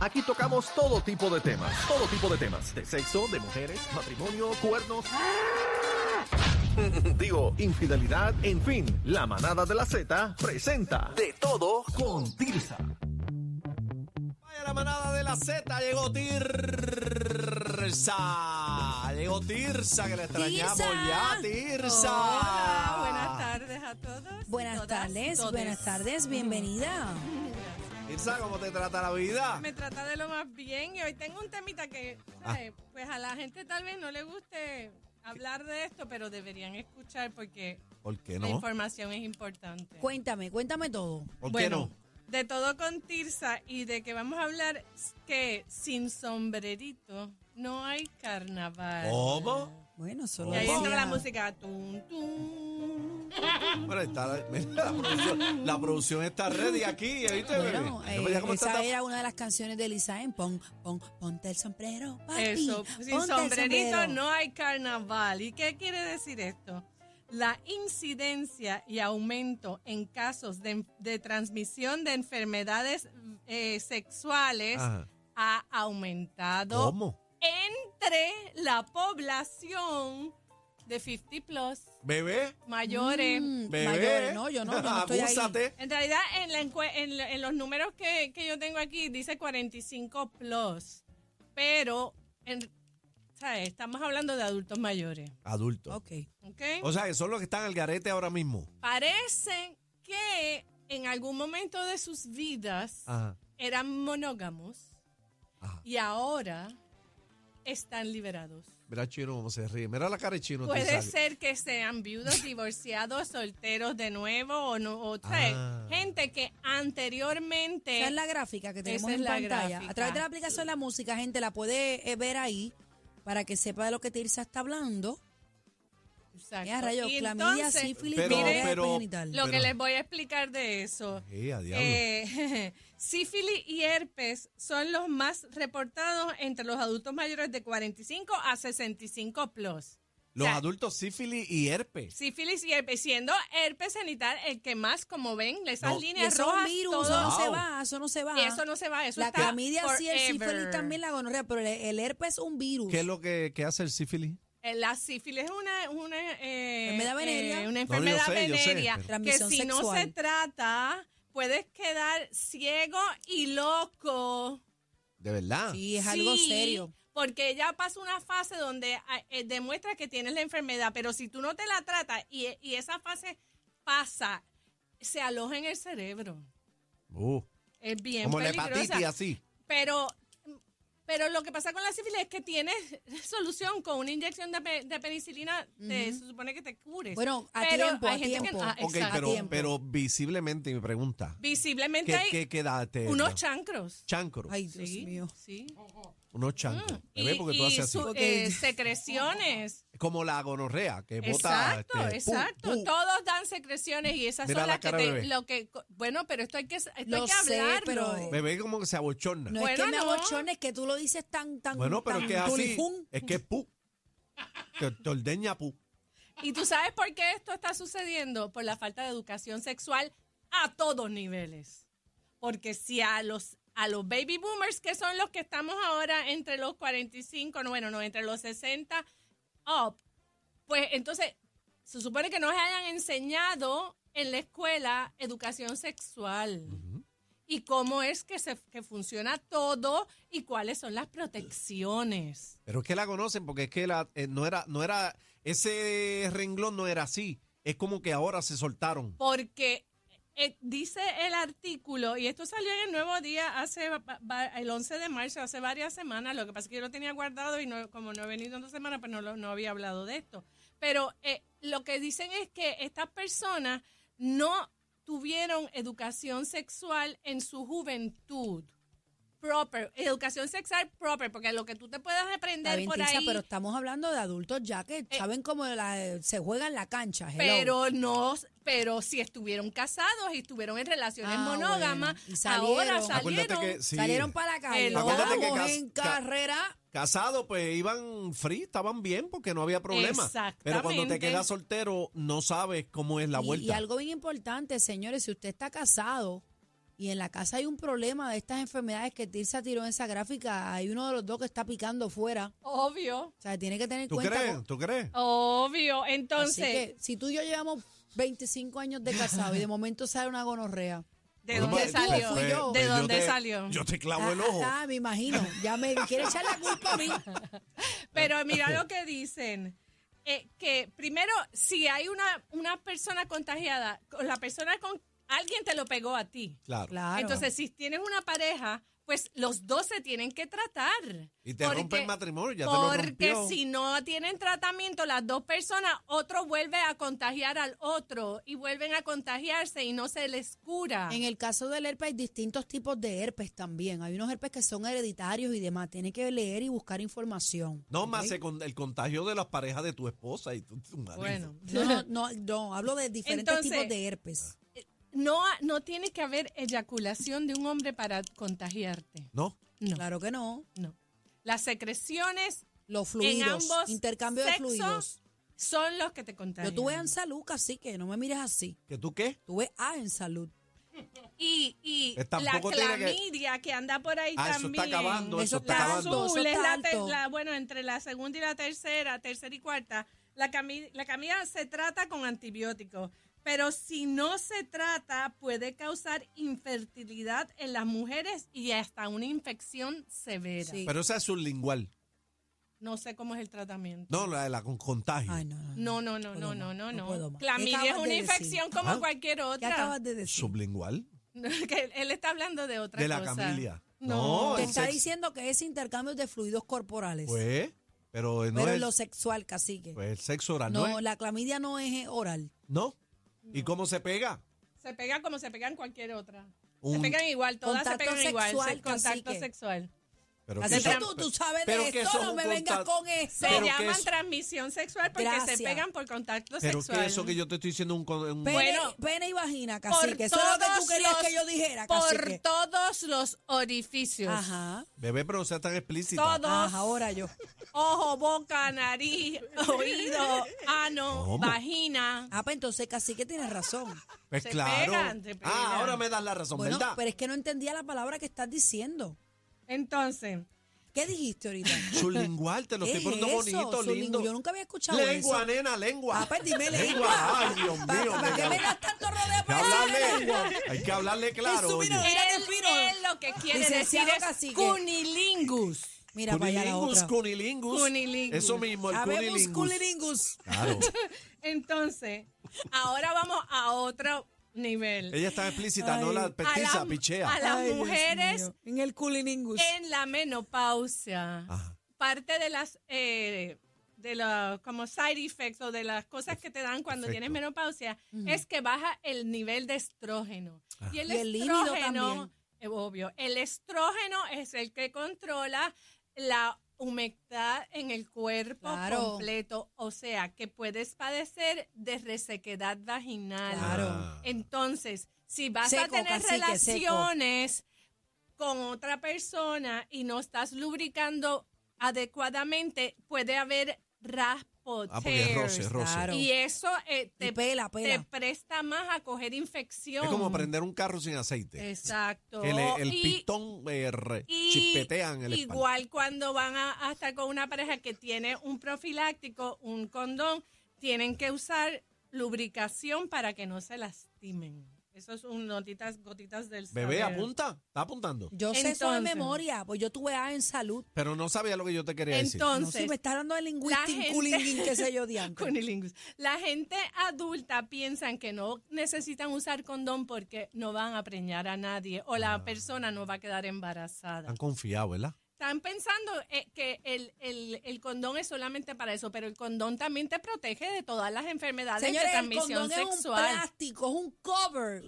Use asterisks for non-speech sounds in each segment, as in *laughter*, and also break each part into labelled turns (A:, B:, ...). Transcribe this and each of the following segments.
A: Aquí tocamos todo tipo de temas. Todo tipo de temas. De sexo, de mujeres, matrimonio, cuernos. *laughs* Digo, infidelidad, en fin. La manada de la Z presenta De todo con Tirsa.
B: Vaya la manada de la Z, llegó Tirsa. Llegó Tirsa, que la extrañamos ya,
C: Tirsa.
B: Tirsa.
D: Hola, buenas tardes a todos.
C: Buenas
D: todas,
C: tardes,
D: todes. Mm.
C: buenas tardes, bienvenida.
B: Tirsa, ¿cómo te trata la vida?
D: Me trata de lo más bien y hoy tengo un temita que,
B: Ah.
D: ¿sabes? pues a la gente tal vez no le guste hablar de esto, pero deberían escuchar porque
B: ¿Por qué
D: la
B: no?
D: información es importante.
C: Cuéntame, cuéntame todo.
B: ¿Por qué
D: bueno,
B: no?
D: de todo con Tirsa y de que vamos a hablar es que sin sombrerito no hay carnaval.
B: Oh. ¿Cómo?
C: Bueno, solo
D: Y ahí
C: decía-
D: entra la música. Tum, tum.
B: Bueno, está la, mira, la producción, la producción está ready aquí, ¿viste, bebé?
C: Bueno,
B: Mira,
C: eh,
B: mira cómo está
C: esa
B: esta-
C: era una de las canciones de Lisa en Pon, pon, ponte el sombrero, papi.
D: Eso, sin
C: ponte el
D: sombrerito
C: sombrero.
D: no hay carnaval. ¿Y qué quiere decir esto? La incidencia y aumento en casos de, de transmisión de enfermedades eh, sexuales
B: Ajá.
D: ha aumentado
B: ¿Cómo?
D: entre la población de 50 plus
B: ¿Bebé?
D: mayores.
C: Mm,
B: ¿Bebé?
C: mayores, no, yo no, yo no estoy ahí.
B: Abúsate.
D: En realidad, en, la encue- en la- en los números que, que yo tengo aquí dice 45 plus, pero en- ¿sabes? estamos hablando de adultos mayores.
B: Adulto.
C: Ok.
D: ¿ok?
B: O sea, que son los que están al garete ahora mismo.
D: Parece que en algún momento de sus vidas
B: Ajá.
D: eran monógamos
B: Ah. Ajá.
D: y ahora están liberados.
B: Mira Chino cómo se ríe. Mira la cara de Chino.
D: Puede
B: Tirsa.
D: ser que sean
B: *laughs*
D: viudos, divorciados, solteros de nuevo o no, o ¿sabes?
B: Ah.
D: gente que anteriormente...
C: Esa es la gráfica que tenemos
D: Eh, Esa
C: en
D: es la
C: pantalla.
D: gráfica.
C: A través de la aplicación La Música, gente, la puede eh, ver ahí para que sepa de lo que Tirsa está hablando.
D: Exacto.
C: Ya, rayos,
D: Y
C: clamidia,
D: entonces,
C: sífilis,
B: Pero-
C: gonorrea,
B: pero-
C: herpes genital.
D: Lo que
B: Pero-
D: les voy a explicar de eso.
B: Sí, a diablo.
D: Eh, *laughs* sífilis y herpes son los más reportados entre los adultos mayores de 45 a 65 plus.
B: Los
D: o sea-
B: adultos sífilis y herpes.
D: Sífilis y herpes, siendo herpes genital el que más, como ven, esas
B: No.
C: Y
D: líneas
C: eso es un
D: rojas,
C: virus,
D: todo-
C: eso no se
B: Wow.
C: va, eso no se va.
D: eso no se va, eso
C: la
D: está
C: clamidia sí, el
D: forever.
C: sífilis también, la gonorrea, pero el, el herpes es un virus.
B: ¿Qué es lo que, que hace el sífilis?
D: Eh, La sífilis es una, una, eh,
C: Enfermedad venérea.
D: eh, una
B: No, yo
D: enfermedad
B: sé, yo sé,
D: venérea
B: pero-
D: que
C: Transmisión
D: si no se
C: sexual.
D: trata puedes quedar ciego y loco.
B: De verdad.
C: Sí, es algo
D: Sí,
C: serio.
D: Porque ya pasa una fase donde ah, eh, demuestra que tienes la enfermedad, pero si tú no te la tratas y, y esa fase pasa, se aloja en el cerebro.
B: Uh,
D: Es bien
B: como la
D: peligrosa.
B: hepatitis así.
D: Pero, pero lo que pasa con la sífilis es que tienes *laughs* solución con una inyección de, pe- de penicilina, te- se supone que te cures.
C: Bueno, a
D: Pero
C: tiempo,
D: hay
C: a
D: gente que
C: tiempo.
D: no- ah,
B: Ok,
D: exacto.
B: pero,
C: tiempo.
B: pero visiblemente mi pregunta.
D: Visiblemente
B: ¿Qué,
D: hay
B: qué quedaste?
D: unos chancros.
B: chancros.
C: Ay, Dios
D: sí,
C: mío.
D: sí.
B: Unos chancros.
D: Mm, Y,
B: Bebé, porque tú
D: y
B: haces así.
D: su-
C: Ok.
D: eh, secreciones.
B: *laughs* Como la gonorrea que bota.
D: Exacto,
B: este, pum,
D: exacto.
B: pum.
D: Todos dan secreciones y esas
B: Mira
D: son
B: la
D: las que
B: cara,
D: te,
B: bebé.
D: lo que bueno, pero esto hay que esto hay
C: Lo
D: que
C: sé,
D: hablarlo.
C: pero-
B: Bebé como que se abochorna.
C: No es
D: Bueno,
C: que me
D: no.
C: abochone, es que tú lo dices tan, tan,
B: bueno, pero
C: tan
B: es que es así.
C: tulifún.
B: Es que es pu. Te, te ordeña pu.
D: Y tú sabes por qué esto está sucediendo por la falta de educación sexual a todos niveles. Porque si a los a los baby boomers que son los que estamos ahora entre los 45, no bueno, no entre los 60 up, pues entonces se supone que nos hayan enseñado en la escuela educación sexual. y cómo es que, se, que funciona todo y cuáles son las protecciones.
B: Pero es que la conocen porque es que la, eh, no era, no era, ese renglón no era así. Es como que ahora se soltaron.
D: Porque eh, dice el artículo, y esto salió en el nuevo día hace va- va- el 11 de marzo, hace varias semanas, lo que pasa es que yo lo tenía guardado y no, como no he venido en dos semanas, pues no, lo- no había hablado de esto. Pero eh, lo que dicen es que estas personas no tuvieron educación sexual en su juventud. Proper, educación sexual proper, porque lo que tú te puedas
C: Está
D: aprender
C: bien,
D: por
C: Tirsa,
D: ahí. Eh.
C: pero estamos hablando de adultos ya que saben cómo la- se juega en la cancha. hello.
D: pero no pero si estuvieron casados y estuvieron en relaciones
C: Ah,
D: monógamas
C: bueno. Y salieron.
D: ahora
B: Acuérdate
D: salieron
B: que sí,
C: salieron para la calle.
D: Hello.
B: Acuérdate que
C: Vamos
B: cas-
C: en
B: ca-
C: carrera.
B: casados pues iban free, estaban bien porque no había problema. Pero cuando te
D: Exactamente.
B: quedas soltero no sabes cómo es la
C: y,
B: vuelta.
C: y algo bien importante, señores, si usted está casado Y en la casa hay un problema de estas enfermedades que Tirsa tiró en esa gráfica. Hay uno de los dos que está picando fuera.
D: Obvio,
C: O sea, tiene que tener
B: ¿Tú
C: cuenta.
B: crees?
C: con-
B: ¿Tú crees?
D: obvio.
C: Así
D: Entonces,
C: que, si tú y yo llevamos 25 años de casado y de momento sale una gonorrea.
D: ¿de
B: Pues,
D: dónde
B: pues,
D: salió?
C: fui yo.
D: ¿De
B: yo
D: dónde
B: te-
D: salió?
B: Yo te clavo el ojo.
C: Ah, ah, me imagino. Ya me quiere echar la culpa
D: *laughs*
C: a mí.
D: Pero
B: *laughs*
D: mira lo que dicen. eh, que primero, si hay una, una persona contagiada, con la persona con alguien te lo pegó a ti.
B: Claro.
C: Claro.
D: Entonces, si tienes una pareja, pues los dos se tienen que tratar.
B: Y te rompe el matrimonio, ya te lo
D: porque
B: rompió.
D: si no tienen tratamiento las dos personas, otro vuelve a contagiar al otro y vuelven a contagiarse y no se les cura.
C: En el caso del herpes hay distintos tipos de herpes también. Hay unos herpes que son hereditarios y demás. Tiene que leer y buscar información.
B: No
C: ¿ok?
B: más el con- el contagio de las parejas de tu esposa y tu, tu marido.
D: Bueno,
C: No, no, no, no, hablo de diferentes
D: Entonces,
C: tipos de herpes.
D: no, no tiene que haber eyaculación de un hombre para contagiarte.
B: ¿No?
D: No.
C: Claro que no.
D: No. Las secreciones
C: Los fluidos,
D: ambos
C: intercambio de
D: sexos,
C: fluidos.
D: son los que te contagian.
C: Yo tuve en salud, así que no me mires así.
B: ¿Que tú qué?
C: Tuve A en salud.
D: y, y
B: Eh,
D: la
B: tampoco tiene que-
D: clamidia que... anda por ahí
B: Ah, eso está
D: también.
B: acabando,
C: eso está
D: la
C: acabando,
D: azul
C: eso
D: es
C: está
D: la, ter-
C: alto.
D: la- bueno, entre la segunda y la tercera, tercera y cuarta, la cami- la clamidia se trata con antibióticos, pero si no se trata puede causar infertilidad en las mujeres y hasta una infección severa.
C: Sí.
B: Pero esa es sublingual.
D: No sé cómo es el tratamiento.
B: No, la de la con contagio.
C: Ay, no, no.
D: No, no, no,
C: puedo
D: no, no,
C: más,
D: no,
C: no puedo
D: no.
C: más.
D: Clamidia
C: ¿Qué
D: es
C: acabas
D: una
C: de decir?
D: infección como
B: Ajá.
D: cualquier
C: ¿Qué
D: otra.
C: acabas de decir?
B: ¿Sublingual?
D: *laughs* Que él está hablando de otra
B: De la
D: cosa.
B: clamidia.
D: No.
B: No,
C: Te
B: en
C: está
B: sex-
C: diciendo que es intercambio de fluidos corporales.
B: Pues, pero no
C: pero
B: es
C: en lo sexual, cacique.
B: pues, el sexo oral, ¿no?
C: no,
B: es?
C: la clamidia no es oral.
B: ¿No? ¿Y cómo se pega?
D: Se pega como se pegan cualquier otra. se
B: Un-
D: pegan igual, todas se
C: Contacto
D: pegan igual.
C: sexual,
D: se- Contacto
C: cacique.
D: sexual.
B: Pero
C: Así
D: que
C: que
B: son-
C: tú, tú sabes
B: pero
C: de
B: que
C: esto,
B: son
C: no
B: un
C: me vengas
B: contacto-
C: con eso.
D: Se
B: Pero que
D: llaman
B: eso-
D: transmisión sexual porque
C: Gracias.
D: se pegan por contacto
B: Pero
D: sexual.
B: que eso que yo te estoy diciendo un, con- un-
C: Pene,
D: Bueno,
C: pene y vagina,
D: Por
C: cacique. Eso es lo que tú
D: todos
C: querías
D: los-
C: que yo dijera,
D: Por
C: cacique.
D: todos los orificios.
C: Ajá.
B: bebé, pero no sea tan explícita.
D: Todo.
C: Ajá, ahora yo.
D: Ojo, boca,
C: *laughs*
D: nariz, oído, ano,
B: ¿Cómo?
D: vagina.
C: Ah, pues entonces cacique tienes razón.
B: Pues
D: Se
B: claro.
D: pegan, se pegan.
B: Ah, ahora me das la razón,
C: Bueno,
B: ¿verdad?
C: pero es que no entendía la palabra que estás diciendo.
D: Entonces,
C: ¿Qué dijiste ahorita?
B: Sublingual, te lo
C: ¿Qué
B: estoy poniendo
C: es eso?
B: bonito,
C: Su
B: lindo.
C: lengua, Yo nunca había escuchado
B: Lengua,
C: eso.
B: nena, lengua.
C: Ah, pues dime
B: lengua.
C: lengua.
B: Ay, Dios mío.
C: ¿Para, para
B: nena.
C: qué me das tanto rodeo
B: Hay que
C: *laughs* para
B: hablar lengua. Hay que hablarle claro.
C: Eso,
B: oye.
C: mira, Mira
D: él,
C: qué fino.
D: él lo que quiere
C: Licenciado
D: decir es
C: cacique.
D: cunilingus.
C: Mira, para allá la
B: Cunilingus,
C: otra.
B: cunilingus.
D: Cunilingus.
B: Eso mismo, el
C: Habemos
B: cunilingus.
C: culiringus.
B: Claro.
D: Entonces, ahora vamos a otro nivel.
B: Ella está explícita, no
C: Ay.
B: la petiza,
D: la-
B: pichea.
D: a las
C: Ay, Dios
D: mujeres
C: mío. En el culiringus.
D: En la menopausia,
B: Ajá.
D: parte de las eh, de los como side effects o de las cosas que te dan cuando
B: Perfecto.
D: tienes menopausia es que baja el nivel de estrógeno. Y el
C: Y el líbido
D: estrógeno,
C: también.
D: eh, obvio, el estrógeno es el que controla la humectad en el cuerpo
C: Claro.
D: completo, o sea, que puedes padecer de resequedad vaginal.
C: Claro.
B: Ah.
D: Entonces, si vas a
C: Seco,
D: tener
C: cacique, seco.
D: relaciones con otra persona y no estás lubricando adecuadamente, puede haber raspoteo.
B: Ah, porque es roce, es roce.
C: Claro.
D: Y eso eh, te,
C: Y pela, pela.
D: te presta más a coger infección.
B: Es como prender un carro sin aceite.
D: Exacto.
B: Que le- el
D: Y-
B: pistón eh, re-
D: y
B: chispetean el espalda.
D: igual cuando van a, a estar con una pareja que tiene un profiláctico, un condón, tienen que usar lubricación para que no se lastimen. Eso es un notitas, gotitas del
B: Bebé,
D: saber.
B: apunta, está apuntando.
C: Yo sé eso de
D: Entonces.
C: memoria, pues yo tuve A en salud.
B: Pero no sabía lo que yo te quería decir.
C: No sé,
D: Entonces,
C: me está hablando de lingüística,
D: gente-
C: culiringuín, qué sé
D: *laughs*
C: yo, diantre.
D: Cunilingus. La gente adulta piensan que no necesitan usar condón porque no van a preñar a nadie o la
B: Ah.
D: persona no va a quedar embarazada.
B: Han confiado, ¿verdad?
D: Están pensando eh, que el, el- el condón es solamente para eso, pero el condón también te protege de todas las enfermedades de
C: Señores, el
D: transmisión
C: condón es un
D: sexual.
C: plástico, es un cover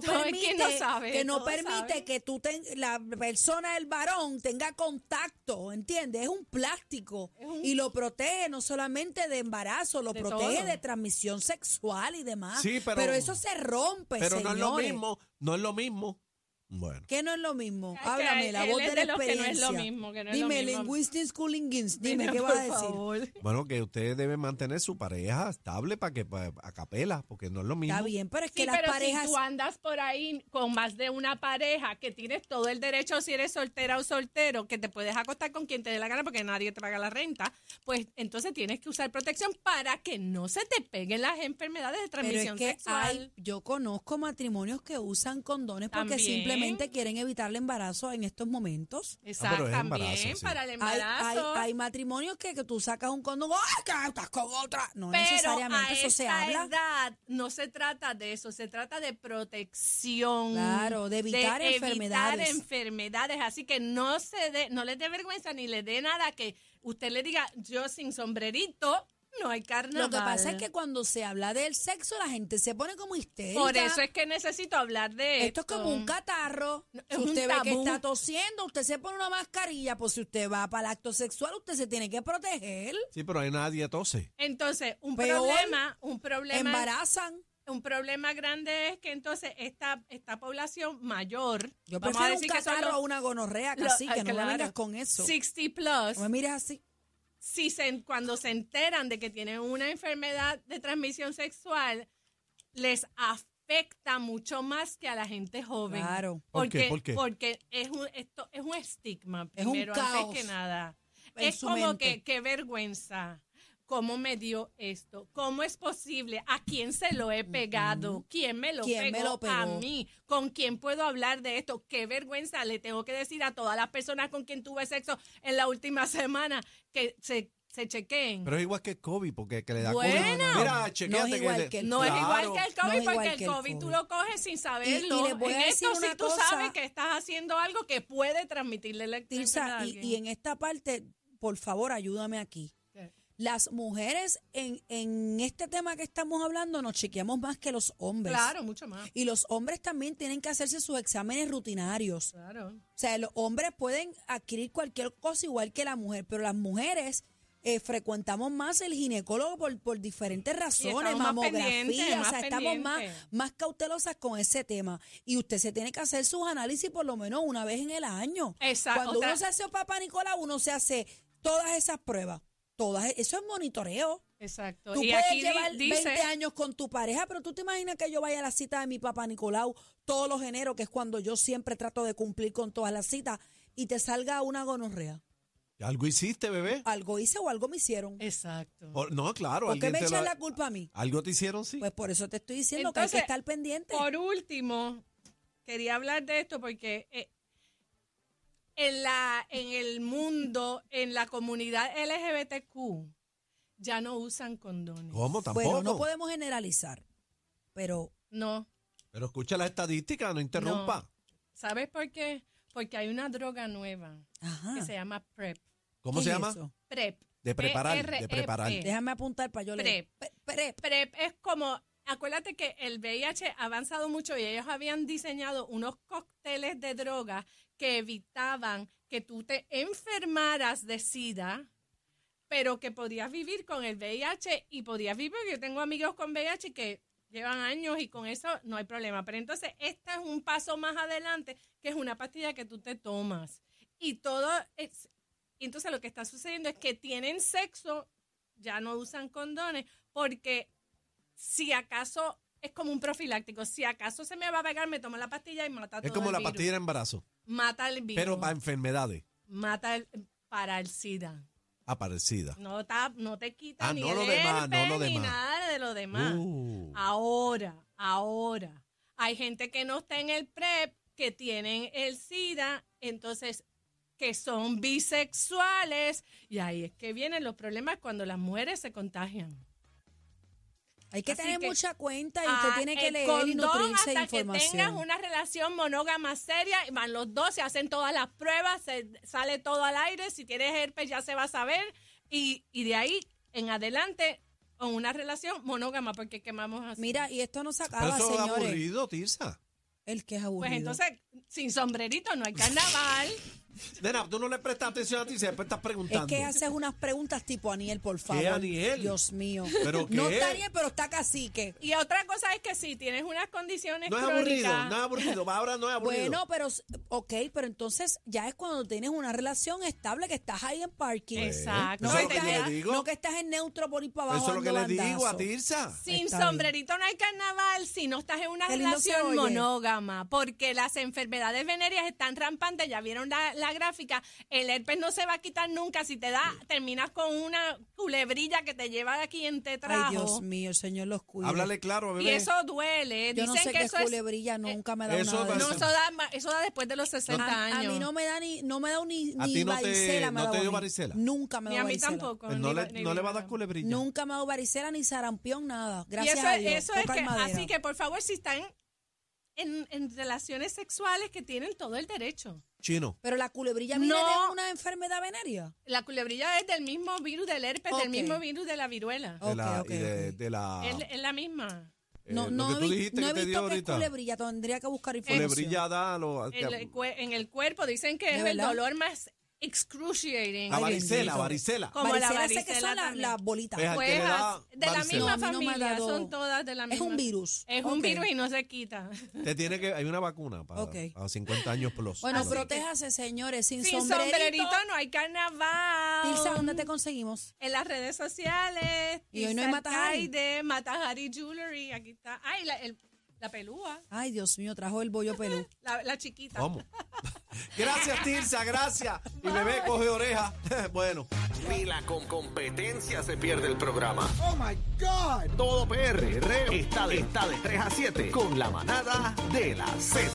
C: que no
D: *laughs* es que
C: permite
D: no sabe,
C: que no
D: no
C: permite
D: sabe.
C: que tú ten- la persona el varón tenga contacto, ¿entiendes? Es un plástico
D: Es un-
C: y lo protege no solamente de embarazo, lo
D: De
C: protege
D: todo.
C: de transmisión sexual y demás.
B: Sí, pero-
C: eso se rompe,
B: Pero no es lo
C: pues, señores.
B: mismo, no es lo mismo Bueno.
C: ¿Qué no es lo mismo?
D: Que- que
C: Háblame, la
D: él
C: voz
D: es
C: de la
D: de los que no
C: experiencia.
D: es lo mismo, que no es lo
C: Dime,
D: mismo. *laughs*
C: linguistics, coolingins, dime, ¿qué vas a decir?
B: Bueno, que ustedes deben mantener su pareja estable para que pa- a capela, porque no es lo mismo.
C: Está bien, pero es que
D: Sí,
C: las
D: pero
C: parejas...
D: si tú andas por ahí con más de una pareja, que tienes todo el derecho, si eres soltera o soltero, que te puedes acostar con quien te dé la gana porque nadie te paga la renta, pues entonces tienes que usar protección para que no se te peguen las enfermedades de
C: Pero es
D: transmisión
C: que
D: sexual.
C: hay, yo conozco matrimonios que usan condones porque
D: También.
C: simplemente quieren etar el embarazo en estos momentos.
B: Ah,
D: Exacto,
B: pero es
D: también
B: embarazo, sí.
D: para el
C: Hay, hay,
D: embarazo.
C: hay matrimonios que, que tú sacas un condón, ¡ay, que estás con otra! No
D: pero
C: necesariamente
D: a
C: eso se
D: esta
C: habla.
D: edad no se trata de eso, se trata de protección.
C: Claro, de evitar
D: evitar
C: enfermedades.
D: enfermedades. Así que no se dé, no les dé vergüenza ni les dé nada que usted le diga yo sin sombrerito no hay
C: Lo
D: carnaval.
C: que pasa es que cuando se habla del sexo, la gente se pone como histérica.
D: por eso es que necesito hablar de
C: Esto
D: esto.
C: es como un catarro.
D: No,
C: Si
D: es un
C: usted ve que
D: tabú.
C: está tosiendo, usted se pone una mascarilla. Pues si usted va para el acto sexual, usted se tiene que proteger.
B: Sí, pero hay nadie tose.
D: Entonces, un
C: Peor,
D: problema, un problema
C: Embarazan.
D: un problema grande es que entonces esta, esta población mayor,
C: Yo
D: vamos a
C: prefiero un
D: decir que son
C: catarro
D: los
C: a una gonorrea,
D: lo-
C: casi,
D: ah,
C: que no me
D: claro.
C: vengas con eso.
D: 60
C: No me
D: plus,
C: mires así.
D: si se, cuando se enteran de que tienen una enfermedad de transmisión sexual, les afecta mucho más que a la gente joven.
C: Claro.
B: ¿Por
D: Porque,
B: qué? ¿Por qué?
D: Porque es un, esto es un estigma,
C: Es un
D: primero,
C: caos
D: antes que nada.
C: en
D: Es
C: su
D: como
C: mente.
D: que, qué vergüenza. ¿Cómo me dio esto? ¿Cómo es posible? ¿A quién se lo he pegado? ¿Quién me lo,
C: ¿Quién
D: pegó,
C: me lo
D: a
C: pegó?
D: mí? ¿Con quién puedo hablar de esto? ¿Qué vergüenza le tengo que decir a todas las personas con quien tuve sexo en la última semana que se, se chequeen?
B: Pero es igual que el COVID, porque que le da
D: Bueno.
B: COVID. Mira,
C: No
B: chequeate
C: es igual que el
D: no es igual que el
C: no
D: COVID
C: es
D: porque
C: igual
D: el
C: que el
D: COVID, tú
C: COVID.
D: lo coges sin saberlo.
C: les voy
D: en
C: a decir
D: esto sí
C: una
D: tú
C: cosa.
D: sabes que estás haciendo algo que puede transmitirle la enfermedad
C: Tirsa,
D: a
C: y,
D: alguien.
C: y en esta parte, por favor, ayúdame aquí.
D: ¿Qué?
C: Las mujeres en, en este tema que estamos hablando nos chequeamos más que los hombres.
D: Claro, mucho más.
C: Y los hombres también tienen que hacerse sus exámenes rutinarios.
D: Claro.
C: O sea, los hombres pueden adquirir cualquier cosa igual que la mujer, pero las mujeres eh, frecuentamos más el ginecólogo por, por diferentes razones,
D: estamos más
C: mamografía,
D: pendientes,
C: o
D: más
C: sea, estamos más,
D: pendientes.
C: más cautelosas con ese tema. Y usted se tiene que hacer sus análisis por lo menos una vez en el año.
D: Exacto,
C: Cuando
D: o sea-
C: uno se hace un papá Nicolás, uno se hace todas esas pruebas. Todas, eso es monitoreo.
D: Exacto.
C: Tú
D: y
C: puedes
D: aquí di-
C: llevar
D: dice,
C: 20 años con tu pareja, pero tú te imaginas que yo vaya a la cita de mi papá Nicolau todos los enero, que es cuando yo siempre trato de cumplir con todas las citas, y te salga una gonorrea.
B: Algo hiciste, bebé.
C: Algo hice o algo me hicieron.
D: Exacto.
B: Por- no, claro.
C: ¿Por qué
B: alguien
C: me
B: te lo-
C: echan la culpa a mí?
B: Algo te hicieron, sí.
C: Pues por eso te estoy diciendo que hay
D: Entonces,
C: que estar pendiente.
D: Por último, quería hablar de esto porque eh, en, la, en el mundo, en la comunidad LGBTQ, ya no usan condones.
B: ¿Cómo? Tampoco.
C: Bueno, pues, no podemos generalizar, pero
D: No.
B: Pero escucha la estadística, no interrumpa.
D: ¿Sabes por qué? Porque hay una droga nueva
C: ajá.
B: Ah.
D: que se llama PrEP.
B: ¿Cómo
C: ¿qué
B: se
C: es
B: llama?
C: eso?
D: PrEP.
B: De preparar, de
D: PREP.
B: preparar.
C: Déjame apuntar para yo leer. Pre- prep.
D: PrEP es como, acuérdate que el VIH ha avanzado mucho y ellos habían diseñado unos cócteles de drogas que evitaban que tú te enfermaras de SIDA, pero que podías vivir con el VIH y podías vivir, porque yo tengo amigos con VIH que llevan años y con eso no hay problema. Pero entonces, este es un paso más adelante, que es una pastilla que tú te tomas. Y todo es... y Entonces lo que está sucediendo es que tienen sexo, ya no usan condones, porque si acaso es como un profiláctico, si acaso se me va a pegar, me tomo la pastilla y mata todo
B: Es como
D: el
B: la
D: virus.
B: pastilla de embarazo,
D: Mata el virus.
B: pero para enfermedades
D: mata el, para el SIDA.
B: aparecidas.
D: No, ta- no te quita
B: Ah,
D: ni
B: no
D: el
B: lo demás, no
D: herpes,
B: lo
D: ni
B: demás.
D: nada de lo demás.
B: Uh.
D: Ahora, ahora. Hay gente que no está en el PrEP, que tienen el SIDA, entonces que son bisexuales. Y ahí es que vienen los problemas cuando las mujeres se contagian.
C: Hay que
D: Así
C: tener
D: que-
C: mucha cuenta y usted
D: Ah,
C: tiene que
D: el
C: leer y
D: condón
C: nutrirse de
D: hasta que tengas
C: información.
D: una relación monógama seria, y van los dos, se hacen todas las pruebas, se- sale todo al aire, si tienes herpes ya se va a saber, y, y de ahí en adelante con una relación monógama, porque quemamos así.
C: Mira, y esto no se
B: Pero
C: acaba,
B: eso es
C: señores.
B: aburrido, Tirsa.
C: El que es aburrido.
D: pues entonces, sin sombrerito no hay carnaval.
B: Nena, tú no le prestas atención a ti, si después estás
C: Es
B: preguntando.
C: que haces unas preguntas tipo Aniel, por favor.
B: Aniel?
C: Dios mío.
B: ¿Pero qué?
C: No está Aniel, pero está cacique.
D: Y otra cosa es que si tienes unas condiciones
B: no es aburrido,
D: crónicas.
B: no es aburrido. va, Ahora no es aburrido.
C: Bueno, pero, s- ok, pero entonces ya es cuando tienes una relación estable que estás ahí en parking.
D: Exacto.
C: No,
B: Pues, Eso
C: que
B: es lo que le
C: estás, en-
B: digo.
C: no que estás en neutro por ir para abajo.
B: Eso es lo que le
C: dando
B: digo a
C: bandazo.
B: Tirsa.
D: Sin
C: Está bien.
D: sombrerito no hay carnaval si no estás en una
C: Qué lindo se
D: relación
C: oye.
D: monógama, porque las enfermedades venéreas están rampantes, ya vieron la, la gráfica, el herpes no se va a quitar nunca, si te da, terminas con una culebrilla que te lleva de aquí en te trajo.
C: Ay, Dios mío, el Señor los cuida.
B: Háblale claro, bebé.
D: y eso duele,
C: Yo
D: dicen
C: no sé
D: que
C: qué es
D: eso es- eh,
C: culebrilla, nunca me da
B: eso
C: nada de
B: parece-
D: no,
C: eso.
D: eso da, ma- eso da después de los 60
C: a, a
D: años.
C: mí no me da ni, no me da ni,
B: ¿A
C: ni
B: ti no te-
C: varicela. me
B: no
C: ha dado
B: te dio
C: a mí.
B: varicela?
C: Nunca me
D: ni
C: da
D: a mí
C: varicela.
D: tampoco.
B: Pues no,
D: ni
B: le,
D: va- ni
B: no le va a
D: nada.
B: dar culebrilla.
C: Nunca me ha dado varicela ni sarampión, nada.
D: Y
C: Gracias
D: eso,
C: a
D: es-
C: Dios.
D: eso es
C: Toca
D: que,
C: madera.
D: así que por favor, si están en, en relaciones sexuales que tienen todo el derecho.
B: Chino.
C: Pero la culebrilla viene
D: No.
C: de una enfermedad venérea.
D: La culebrilla es del mismo virus del herpes,
C: Ok. Ah.
D: del mismo virus de la viruela.
B: De la,
C: Ok, ok,
B: y de,
C: ok.
B: de la
D: Es, es la misma.
B: eh,
C: No,
B: lo
C: no,
B: que
C: he
B: tú
C: vi-
B: dijiste
C: no
B: que
C: he
B: te dio
C: visto que es
B: ahorita.
C: culebrilla, tendría que buscar información.
B: Culebrilla da lo,
D: El cue- en el cuerpo dicen que
C: ¿De
D: es el
C: verdad?
D: dolor más excruciating.
B: la
C: Ay,
B: varicela,
C: bendito.
B: varicela.
D: Como la
C: Varicela sé que
D: varicela
C: son la-
D: también.
C: las bolitas.
B: Pues, Al que
D: Pues,
B: le da
D: as- de la
B: varicela.
C: No, a mí
D: misma
C: no me ha
D: familia,
C: dado-
D: son todas de la
C: Es
D: misma.
C: un virus.
D: Es un
C: Ok.
D: virus y no se quita.
B: Te tiene que, hay una vacuna para,
C: Ok.
B: para 50 años plus.
C: Bueno,
B: Pero-
C: protéjase, señores, sin,
D: Ah, Sin
C: sombrerito.
D: sombrerito no hay carnaval.
C: Tirsa, ¿dónde te conseguimos?
D: En las redes sociales.
C: Y hoy no hay
D: Tirsa
C: Matajari.
D: Alcaide, Matajari Jewelry. Aquí está. Ay, la, el- la pelúa.
C: Ay, Dios mío, trajo el bollo pelú.
D: La, la chiquita.
B: ¿Cómo? *laughs* gracias, Tirsa, gracias. Y bebé coge oreja. *laughs* bueno.
A: Ni la con competencia se pierde el programa. Oh my God. Todo PR está de, está de 3 a 7 con la manada de la Z.